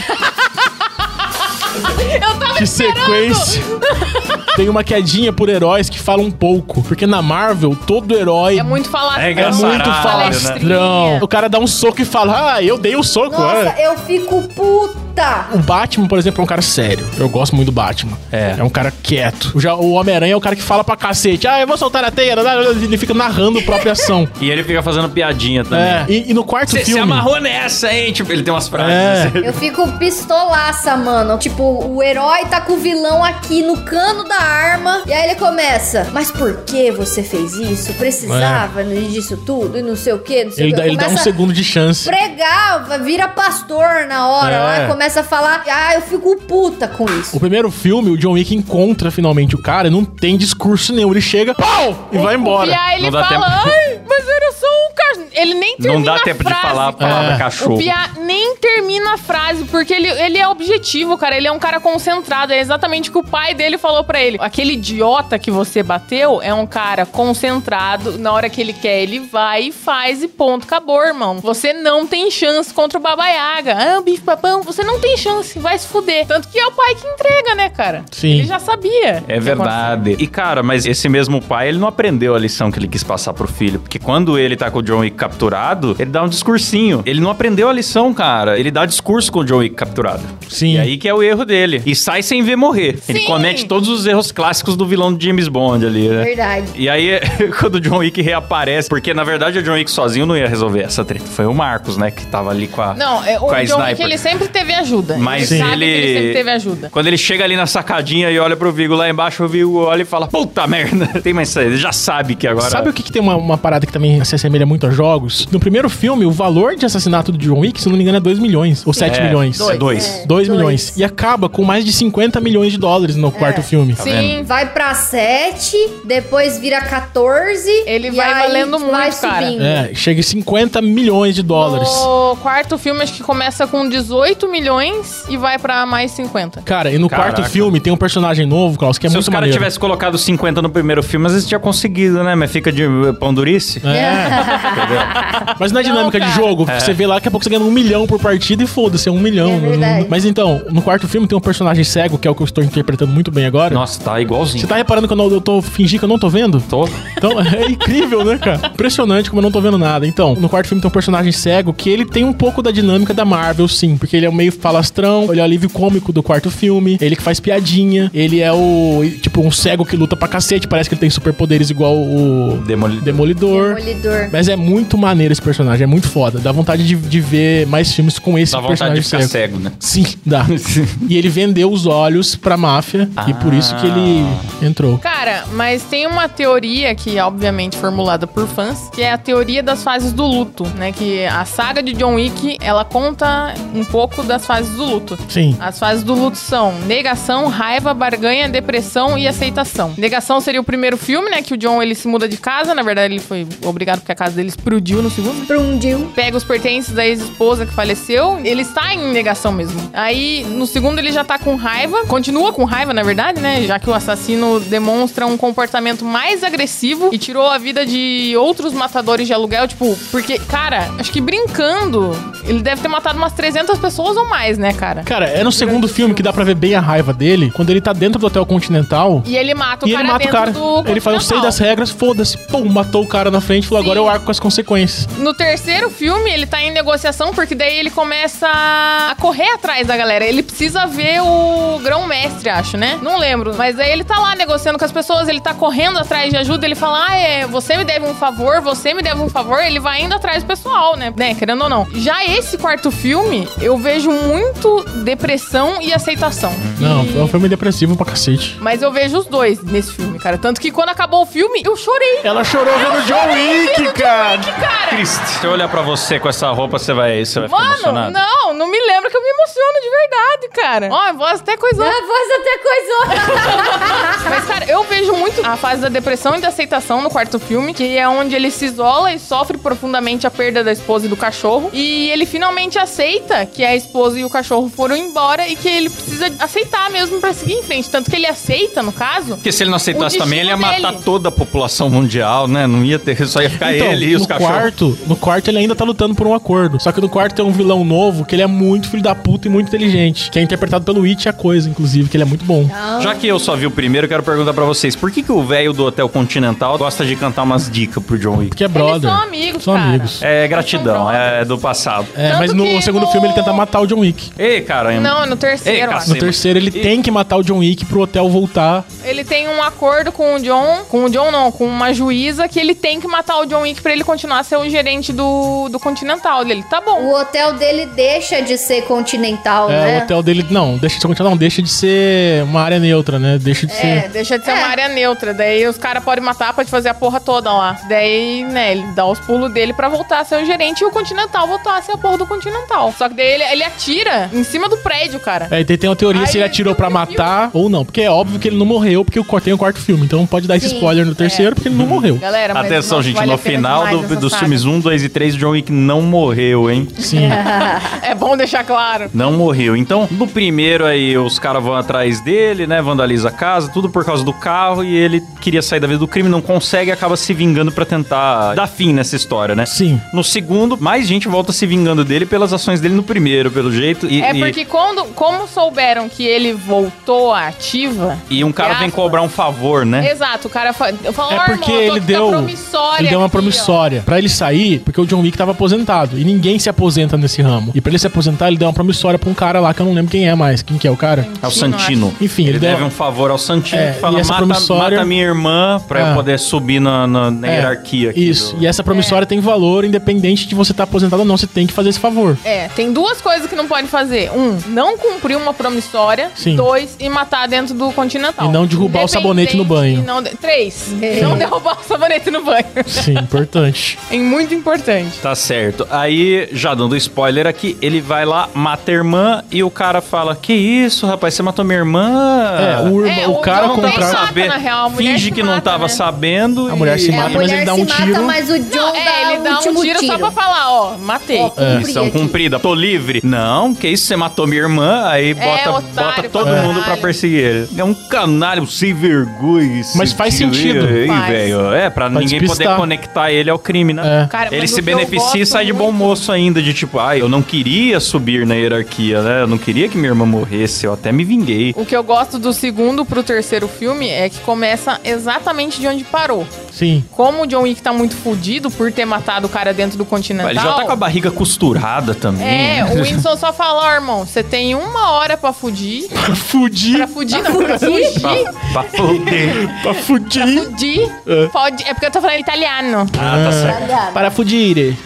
Eu tava Que esperando. sequência! Tem uma quedinha por heróis que falam um pouco. Porque na Marvel, todo herói. É muito falar É é engraçado, muito falastrão. Palestrinha. O cara dá um soco e fala: Ah, eu dei o soco. Nossa, ah. eu fico puta. O Batman, por exemplo, é um cara sério. Eu gosto muito do Batman. É. É um cara quieto. Já o Homem-Aranha é o cara que fala pra cacete. Ah, eu vou soltar a teia. Ele fica narrando a própria ação. E ele fica fazendo piadinha também. É, e, e no quarto Você se filme. amarrou nessa, hein? Tipo, ele tem umas É. frases. assim. Eu fico pistolaça, mano. Tipo, o herói tá com o vilão aqui no cano da arma. E aí ele começa. Mas por que você fez isso? Precisava disso tudo e não sei o que, não sei É. Ele, o dá, que. ele dá um Começa- segundo de chance. pregava, vira pastor na hora É. lá, começa a falar, ah, eu fico puta com O isso. primeiro filme, o John Wick encontra finalmente o cara, não tem discurso nenhum. Ele chega, pau! E vai E embora. aí Não ele dá fala, tempo. ai, mas era só um cachorro. Ele nem termina Não dá a tempo frase, de falar a cara. palavra É. cachorro. O Pia nem termina a frase, porque ele, ele é objetivo, cara. Ele é um cara concentrado. É exatamente o que o pai dele falou pra ele. Aquele idiota que você bateu é um cara concentrado. Na hora que ele quer, ele vai e faz e ponto. Acabou, irmão. Você não tem chance contra o babaiaga. Ah, o bicho papão, você não tem chance. Vai se fuder. Tanto que é o pai que entrega, né, cara? Sim. Ele já sabia. o É que verdade. E cara, mas esse mesmo pai, ele não aprendeu a lição que ele quis passar pro filho. Porque quando ele tá com o John Wick capturado, ele dá um discursinho. Ele não aprendeu a lição, cara. Ele dá discurso com o John Wick capturado. Sim. E aí que é o erro dele. E sai sem ver morrer. Ele Sim. comete todos os erros clássicos do vilão de James Bond ali, né? Verdade. E aí, quando o John Wick reaparece, porque na verdade o John Wick sozinho não ia resolver essa treta. Foi o Marcos, né, que tava ali com a. Não, é, o com a John Wick, sniper. ele sempre teve ajuda. Mas ele, sabe ele... que ele sempre teve ajuda. Quando ele chega ali na sacadinha e olha pro Vigo lá embaixo, o Vigo olha e fala: Puta merda, tem mais saída. Ele já sabe que agora. Sabe o que, que tem uma, uma parada que também se assemelha muito a jogos? No primeiro filme, o valor de assassinato do John Wick, se não me engano, é 2 milhões ou 7 É, milhões. Dois. 2 milhões. E acaba com mais de 50 milhões de dólares no quarto Tá filme. Sim, Vai pra 7, depois vira 14. Ele e vai aí valendo muito, vai cara. Subindo. É, chega em 50 milhões de dólares. então, O quarto filme acho que começa com 18 milhões e vai pra mais 50. Cara, e no Caraca. quarto filme tem um personagem novo, Klaus, que é Se os muito caras maneiro. tivessem colocado 50 no primeiro filme, às vezes tinha conseguido, né? Mas fica de eh, pão durice. É. Entendeu? Mas na dinâmica de cara. jogo, É. você vê lá que a pouco você ganha um milhão por partida e foda-se, é um milhão. É verdade. Mas então, no quarto filme tem um personagem cego, que é o que eu estou interpretando muito bem agora. Nossa, tá Você igualzinho. tá reparando que eu, não, eu tô fingindo que eu não tô vendo? Tô. Então, é incrível, né, cara? Impressionante como eu não tô vendo nada. Então, no quarto filme tem um personagem cego que ele tem um pouco da dinâmica da Marvel, sim. Porque ele é o meio falastrão, ele é o alívio cômico do quarto filme, ele que faz piadinha, ele é o, tipo, um cego que luta pra cacete, parece que ele tem superpoderes igual o Demoli... Demolidor. Demolidor. Mas é muito maneiro esse personagem, é muito foda. Dá vontade de, de ver mais filmes com esse Dá vontade personagem de ficar cego. cego, né? Sim, dá. e ele vendeu os olhos pra máfia e por isso que ele Ah. entrou. Cara, mas tem uma teoria que é obviamente formulada por fãs, que é a teoria das fases do luto, né? Que a saga de John Wick, ela conta um pouco das fases do luto. Sim. As fases do luto são negação, raiva, barganha, depressão e aceitação. Negação seria o primeiro filme, né? Que o John ele se muda de casa. Na verdade, ele foi obrigado porque a casa dele explodiu no segundo Prundiu. pega os pertences da ex-esposa que faleceu, ele está em negação mesmo. Aí, no segundo, ele já tá com raiva, continua com raiva, na verdade, né? Já que o assassino demonstra um comportamento mais agressivo e tirou a vida de outros matadores de aluguel, tipo, porque, cara, acho que brincando, ele deve ter matado umas 300 pessoas ou mais, né, cara? Cara, é no segundo filme que dá pra ver bem a raiva dele, quando ele tá dentro do Hotel Continental. E ele mata o E ele cara mata o dentro cara. do Ele um fala, eu sei Continental. das regras, foda-se. Pum, matou o cara na frente, falou, agora Sim. eu arco com as consequências. No terceiro filme, ele tá em negociação, porque daí ele começa a correr atrás da galera. Ele precisa ver o grão-mestre, acho, né? Não lembro. Mas aí ele tá lá negociando com as pessoas, ele tá correndo atrás de ajuda, ele fala, ah, é, você me deve um favor, você me deve um favor. Ele vai indo atrás do pessoal, né? né? Querendo ou não. Já esse quarto filme, eu vejo muito depressão e aceitação. Não, E- foi um filme depressivo pra cacete. Mas eu vejo os dois nesse filme, cara. Tanto que quando acabou o filme, eu chorei. Ela chorou vendo John Wick, cara. Triste. Se eu olhar pra você com essa roupa, você vai, você vai ficar Mano, emocionado. não, não me lembro que eu me emociono de verdade, cara. Né? Ó, a voz até coisou. A voz até coisou. Mas, cara, eu vejo muito a fase da depressão e da aceitação no quarto filme, que é onde ele se isola e sofre profundamente a perda da esposa e do cachorro. E ele finalmente aceita que a esposa e o cachorro foram embora e que ele precisa aceitar mesmo pra seguir em frente. Tanto que ele aceita, no caso. Porque se ele não aceitasse O também, ele ia destino matar dele. toda a população mundial, né? Não ia ter, só ia ficar Então, ele e os no cachorros. quarto, no quarto ele ainda tá lutando por um acordo. Só que no quarto tem um vilão novo que ele é muito filho da puta e muito inteligente. Que é interpretado pelo It a coisa, inclusive, que ele é muito bom. Ah, Já que eu só vi o primeiro, eu quero perguntar pra vocês: por que, que o velho do Hotel Continental gosta de cantar umas dicas pro John Wick? Porque é brother. Eles são amigos, São cara. amigos. É gratidão, brothers. é do passado. É, Tanto mas no que segundo no- filme ele tenta matar o John Wick. Ei, caramba. Não, é no terceiro, Ei, eu acho. No cacete. Sim, terceiro ele e- tem que matar o John Wick pro hotel voltar. Ele tem um acordo com o John, com o John não, com uma juíza que ele tem que matar o John Wick pra ele continuar a ser o gerente do, do Continental. Ele, tá bom. o hotel dele deixa de ser Oh, continental, É, né? o hotel dele. Não, deixa de não, deixa de ser uma área neutra, né? Deixa de ser. Deixa de ser É. uma área neutra. Daí os caras podem matar, pode fazer a porra toda lá. Daí, né, ele dá os pulos dele pra voltar a ser o gerente e o Continental voltar a ser a porra do Continental. Só que daí ele, ele atira em cima do prédio, cara. É, e tem, tem uma teoria se ele Aí, atirou pra no matar ou não. Porque é óbvio que ele não morreu, porque o cor- tem o quarto filme. Então pode dar esse Sim, spoiler no é. terceiro, porque ele não morreu. Galera, mas, Atenção, nossa, gente, vale a no pena final demais do- essa dos saga. filmes 1, 2 e 3, o John Wick não morreu, hein? Sim. É bom deixar claro. Não morreu. Então, no primeiro aí, os caras vão atrás dele, né? Vandaliza a casa, tudo por causa do carro. E ele queria sair da vida do crime, não consegue, acaba se vingando pra tentar dar fim nessa história, né? Sim. No segundo, mais gente volta se vingando dele pelas ações dele no primeiro, pelo jeito. E, É e- porque quando, como souberam que ele voltou à ativa, e um cara vem aspas. cobrar um favor, né? Exato, o cara fa- falou, É "Ó, porque irmão, eu tô aqui com ele a deu. promissória ele deu uma aqui, ó." promissória. Pra ele sair, porque o John Wick tava aposentado. E ninguém se aposenta nesse ramo. E pra ele se aposentar, ele deu uma promissória pra um cara lá que eu não lembro quem é mais. Quem que é o cara? É o Santino, Santino. acho. Enfim, ele, ele deu- deve um favor ao Santino É, que e fala: essa mata, promissória- mata minha irmã pra É. eu poder subir na, na- na É, hierarquia aqui. Isso. do- E essa É. promissória tem valor, independente de você estar aposentado ou não, você tem que fazer esse favor. É, tem duas coisas que não pode fazer. Um, não cumprir uma promissória. Sim. Dois, e matar dentro do Continental. E não derrubar o sabonete no banho. Independente, e não de- Três, não derrubar o sabonete no banho. Sim, importante. É muito importante. Tá certo. Aí, já dando spoiler aqui, ele vai lá, mata a irmã e o cara fala: Que isso, rapaz, você matou minha irmã? É, o, irmão- É, tá o cara John nem contrário- contrata. mata, na real, a mulher finge se que não mata, tava né? sabendo. A mulher e- se É, a mata, mas mulher ele dá se um mata, tiro. mas o John Não, dá é, ele o dá um último tiro, só pra falar, ó, matei. Ó, É. cumpri Missão aqui. cumprida, tô livre. Não, que isso, você matou minha irmã, aí bota, É otário, bota todo otário. mundo pra perseguir ele. É um canalho um sem vergonha. esse Mas faz tio aí, sentido. aí, Faz. velho. É, pra Pra ninguém despistar. poder conectar ele ao crime, né? É. Cara, ele mas se o que eu beneficia e gosto sai de bom muito- moço ainda, de tipo, ai, eu não queria subir na hierarquia, né? Eu não queria que minha irmã morresse, eu até me vinguei. O que eu gosto do segundo pro terceiro filme é que começa exatamente de onde parou. Sim. Como o John Wick tá muito fudido por ter matado o cara dentro do Continental... Ele já tá com a barriga costurada também. É, o Winston só fala, ó, irmão, você tem uma hora pra fudir. Fudir. Pra fudir, não, pra fugir. Pra, pra foder. Pra fudir. Fudir. Pode, é porque eu tô falando italiano. Ah, tá certo. Olha, Para fudir.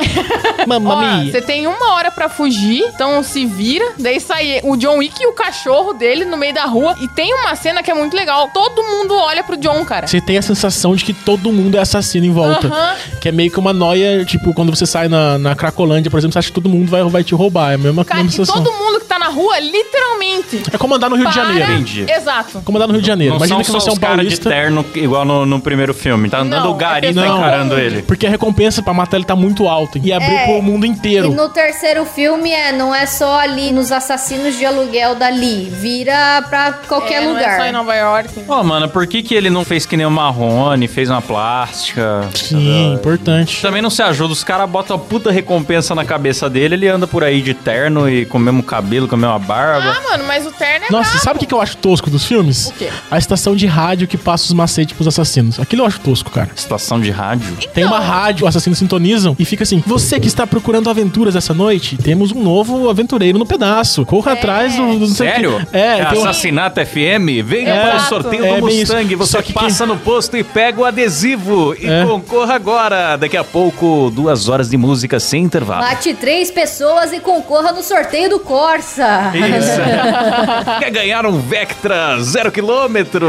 Mamma É. Ó, mia. você tem uma hora pra fugir, então se vira. Daí sai o John Wick e o cachorro dele no meio da rua. E tem uma cena que é muito legal. Todo mundo olha pro John, cara. Você tem a sensação de que todo mundo é assassino em volta. Aham. Que é meio que uma noia, tipo, quando você sai na, na Cracolândia, por exemplo, você acha que todo mundo vai, vai te roubar. É a mesma, Cara, mesma e sensação. todo mundo que tá na rua, literalmente. É como andar no Rio de Janeiro. Entendi. Exato. Como andar no Rio de Janeiro. Não Imagina que são você só é um os caras de paulista. terno igual no, no primeiro filme. Tá andando Não, o gari é tá pessoal encarando comum. ele. Porque a recompensa pra matar ele tá muito alta. E abrir É. pro mundo E inteiro. no terceiro filme, é, não é só ali nos assassinos de aluguel dali. Vira pra qualquer É, não lugar. é só em Nova York. Ó, mano, por que, que ele não fez que nem o Marrone, fez uma plástica? Sim, importante. Também não se ajuda, os caras botam a puta recompensa na cabeça dele, ele anda por aí de terno e com o mesmo cabelo, com a mesma barba. Ah, mano, mas o terno é Nossa, brabo. sabe o que que eu acho tosco dos filmes? O quê? A estação de rádio que passa os macetes pros assassinos. Aquilo eu acho tosco, cara. Estação de rádio. Tem uma Então. rádio, os assassinos sintonizam e fica assim: Você que está procurando aventuras essa noite, temos um novo aventureiro no pedaço. Corra atrás do. do não sei o quê." Sério? É, tem um- Assassinato FM? Venha É. para o sorteio É, do bem Mustang. isso. Você Só que passa no posto e pega o adesivo. E É. concorra agora. Daqui a pouco, duas horas de música sem intervalo. Mate três pessoas e concorra no sorteio do Corsa. Isso. Quer ganhar um Vectra zero quilômetro?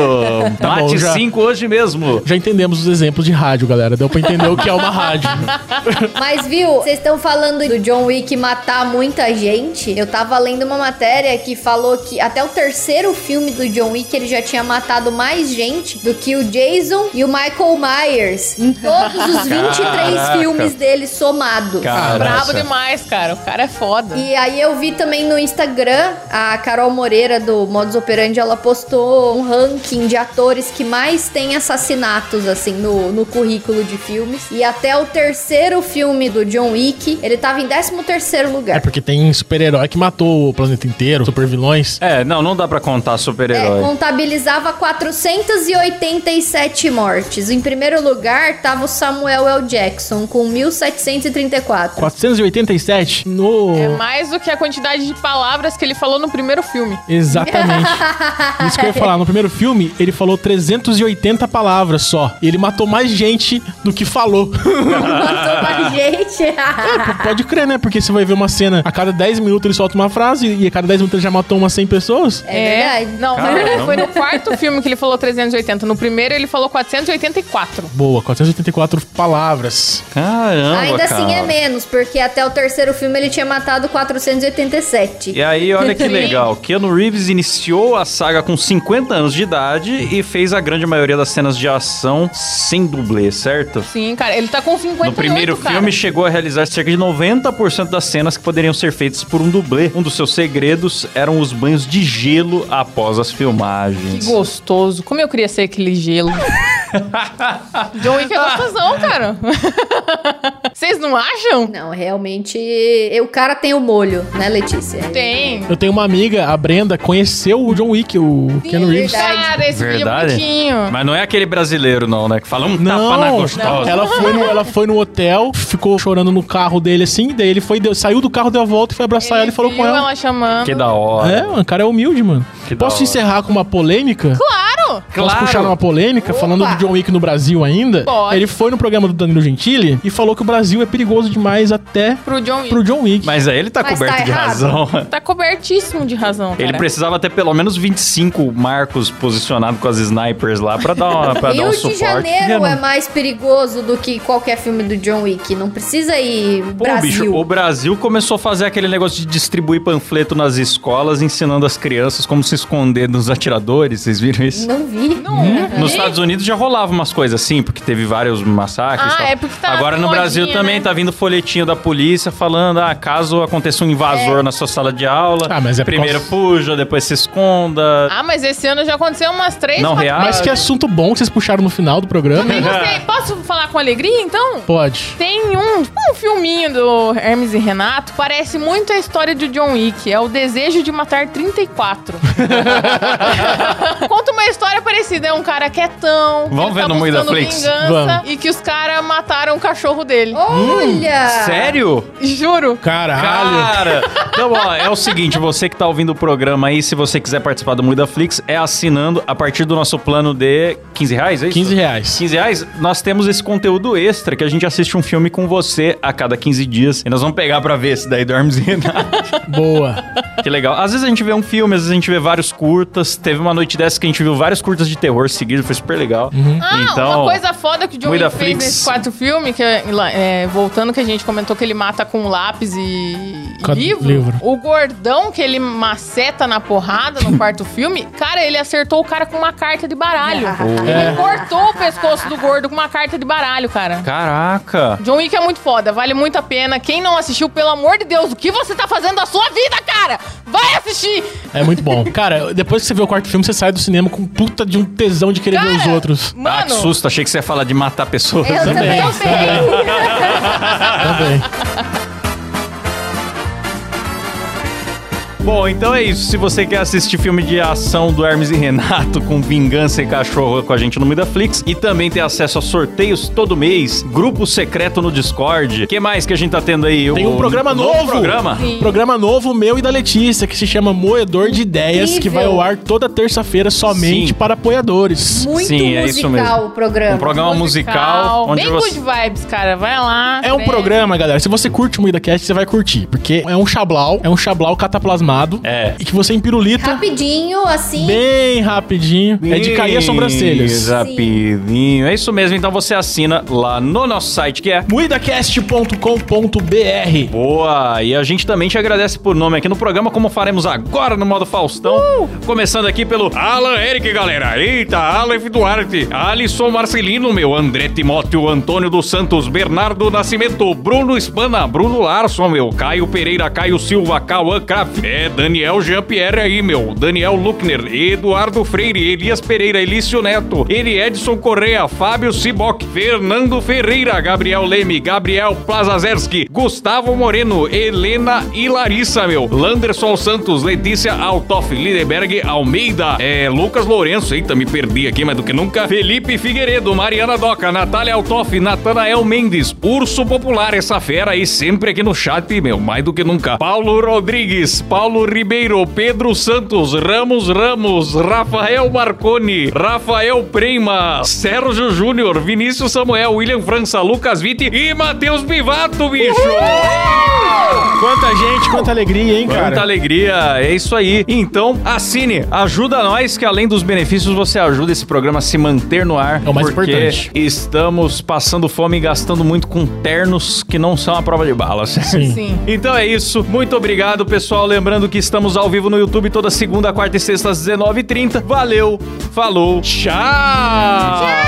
Tá bom, Mate já. 5 hoje mesmo. Já entendemos os exemplos de rádio, galera. Deu pra entender o que é uma rádio. Mas viu, vocês estão falando do John Wick matar muita gente. Eu tava lendo uma matéria que falou que até o terceiro filme do John Wick ele já tinha matado mais gente do que o Jason e o Michael Myers em todos os 23 Caraca. filmes dele somados. Caraca. Brabo demais, cara. O cara é foda. E aí eu vi também no Instagram, a Carol Moreira do Modus Operandi, ela postou um ranking de atores que mais tem assassinatos, assim, no, no currículo de filmes. E até o terceiro filme do John Wick, ele tava em 13º É lugar. porque tem super-herói que matou o planeta inteiro, super vilões. É, não, não dá pra contar É, super-herói. contabilizava 487 mortes. Em primeiro lugar tava o Samuel L. Jackson, com 1734. 487? No. É mais do que a quantidade de palavras que ele falou no primeiro filme. Exatamente. Isso que eu ia falar. No primeiro filme, ele falou 380 palavras só. E ele matou mais gente do que falou. Matou mais gente. É Pode crer, né? Porque você vai ver uma cena. A cada 10 minutos ele solta uma frase e a cada 10 minutos ele já matou umas 100 pessoas. É verdade. Não, na Caramba. verdade foi no quarto filme que ele falou 380. No primeiro ele falou 484. Boa, 484 palavras. Caramba, Ainda assim é cara. menos, porque até o terceiro filme ele tinha matado 487. Então. E aí, olha que legal. Keanu Reeves iniciou a saga com 50 anos de idade e fez a grande maioria das cenas de ação sem dublê, certo? Sim, cara, ele tá com 58, No primeiro cara. filme, chegou a realizar cerca de 90% das cenas que poderiam ser feitas por um dublê. Um dos seus segredos eram os banhos de gelo após as Que filmagens. gostoso. Como eu queria ser aquele gelo. John Wick é gostosão, cara. Vocês não acham? Não, realmente. e O cara tem o molho, né, Letícia? Tem. Eu tenho uma amiga, a Brenda, conheceu o John Wick, o Ken Reeves. é verdade. Cara, esse Verdade? vídeo é bonitinho. Mas não é aquele brasileiro, não, né? Que fala um tapa na Não, gostosa. ela foi, no, ela foi no hotel, ficou chorando no carro dele assim, daí ele foi, deu- saiu do carro, deu a volta e foi abraçar ela e falou com viu ela. ela chamando. Que da hora. É, mano, o cara é humilde, mano. Que da Posso hora. encerrar com uma polêmica? Claro! Posso puxar uma polêmica falando do John Wick no Brasil ainda? Pode. Ele foi no programa do Danilo Gentili e falou que o Brasil é perigoso demais até Pro John Wick. pro John Wick. Mas aí ele tá Mas coberto tá de errado. razão. Tá cobertíssimo de razão, cara. Ele precisava ter pelo menos 25 marcos posicionados com as snipers lá pra dar, uma, pra dar um Rio de suporte. Janeiro Não. é mais perigoso do que qualquer filme do John Wick. Não precisa ir Pô, Brasil. bicho, o Brasil começou a fazer aquele negócio de distribuir panfleto nas escolas, ensinando as crianças como se esconder dos atiradores. Vocês viram isso? Não vi. Não é. Nos Estados Unidos já rolava umas coisas assim, porque teve vários massacres. Ah, e tal. é porque tá Agora no modinha, Brasil também né? tá vindo folhetinho da polícia falando: ah, caso aconteça um invasor na sua sala de aula, Ah, mas é por primeiro causa- fuja, depois se esconda. Ah, mas esse ano já aconteceu umas três, Não quatro reage? Mas vezes. que assunto bom que vocês puxaram no final do programa. Eu hein? gostei. Posso falar com alegria, então? Pode. Tem um, tipo um filminho do Hermes e Renato, parece muito a história de John Wick, é o desejo de matar 34. Conta uma história parecida, é um cara quietão, que Vamos ele ver tá no buscando Muidaflix? vingança Vamos. e que os caras mataram o cachorro dele. Olha! Hum, Sério? Juro. Ah. Caralho. Cara! Então, ó, é o seguinte, você que tá ouvindo o programa aí, se você quiser participar do Muda Flix, é assinando a partir do nosso plano de 15 reais, é isso? 15 reais. 15 reais, nós temos esse conteúdo extra que a gente assiste um filme com você a cada 15 dias. E nós vamos pegar pra ver esse daí do Hermes e Renato. Boa. que legal. Às vezes a gente vê um filme, às vezes a gente vê vários curtas. Teve uma noite dessa que a gente viu vários curtas de terror seguidos, foi super legal. Ah, Então, uma coisa foda que o John Muida Wick fez Flix. nesse quarto filme, que é, é, voltando que a gente comentou que ele mata com um lápis e, e Com a- livro, livro. o gordão que ele maceta na porrada no quarto filme, cara, ele acertou o cara com uma carta de baralho. Ah, É. Ele cortou o pescoço do gordo com uma carta de baralho, cara. caraca. John Wick é muito foda, vale muito a pena. Quem não assistiu, pelo amor de Deus, o que você tá fazendo da sua vida, cara? Vai assistir! É muito bom. Cara, depois que você vê o quarto filme, você sai do cinema com puta de um tesão de querer ver os Cara, outros. Ah, que Mano, susto, achei que você ia falar de matar pessoas. né? Eu também, Também, ah, Também. Bom, então é isso. Se você quer assistir filme de ação do Hermes e Renato com vingança e cachorro com a gente no Midaflix e também ter acesso a sorteios todo mês, grupo secreto no Discord. O que mais que a gente tá tendo aí? Tem O- um programa novo. programa? Sim. Programa novo meu e da Letícia, que se chama Moedor de Ideias, Incrível. que vai ao ar toda terça-feira somente Sim. para apoiadores. Muito Sim, é musical isso mesmo. o programa. Um programa musical, onde Bem você good vibes, cara. Vai lá. É um vem. programa, galera. Se você curte o MuidaCast, você vai curtir. Porque é um xablau, é um xablau cataplasmado. É. E que você empirulita Rapidinho, assim. bem rapidinho. É de cair as sobrancelhas. Ih, Rapidinho. É isso mesmo. Então você assina lá no nosso site que é Muidacast.com.br Boa! E a gente também te agradece por nome aqui no programa, como faremos agora no modo Faustão. Começando aqui pelo Alan Eric, galera. Eita, Aleph Duarte, Alisson Marcelino, meu, André Timóteo, Antônio dos Santos, Bernardo Nascimento, Bruno Espana, Bruno Larson, meu, Caio Pereira, Caio Silva, Cauã Kraft, é Daniel Jean-Pierre aí, meu, Daniel Luckner, Eduardo Freire, Elias Pereira, Elício Neto, Eri Edson Correa, Fábio Siboc, Fernando Ferreira, Gabriel Leme, Gabriel Plazazerski, Gustavo Moreno, Helena e Larissa, meu. Landerson Santos, Letícia Altoff, Lideberg Almeida, é, Lucas Lourenço, eita, me perdi aqui, mas do que nunca. Felipe Figueiredo, Mariana Doca, Natália Altoff, Natanael Mendes, Urso Popular, essa fera aí sempre aqui no chat, meu, mais do que nunca. Paulo Rodrigues, Paulo Ribeiro, Pedro Santos, Ramos Ramos, Rafael Marconi, Rafael Prema, Sérgio Júnior, Vinícius Samuel, William França, Lucas Vitti e Matheus Bivato, bicho! Quanta gente, quanta alegria, hein, Quanta cara? alegria, é isso aí. Então, assine, ajuda nós, que além dos benefícios, você ajuda esse programa a se manter no ar. É o mais porque importante. Estamos passando fome e gastando muito com ternos que não são a prova de balas. Sim. Então é isso. Muito obrigado, pessoal. Lembrando que estamos ao vivo no YouTube toda segunda, quarta e sexta às 19h30. Valeu, falou, tchau!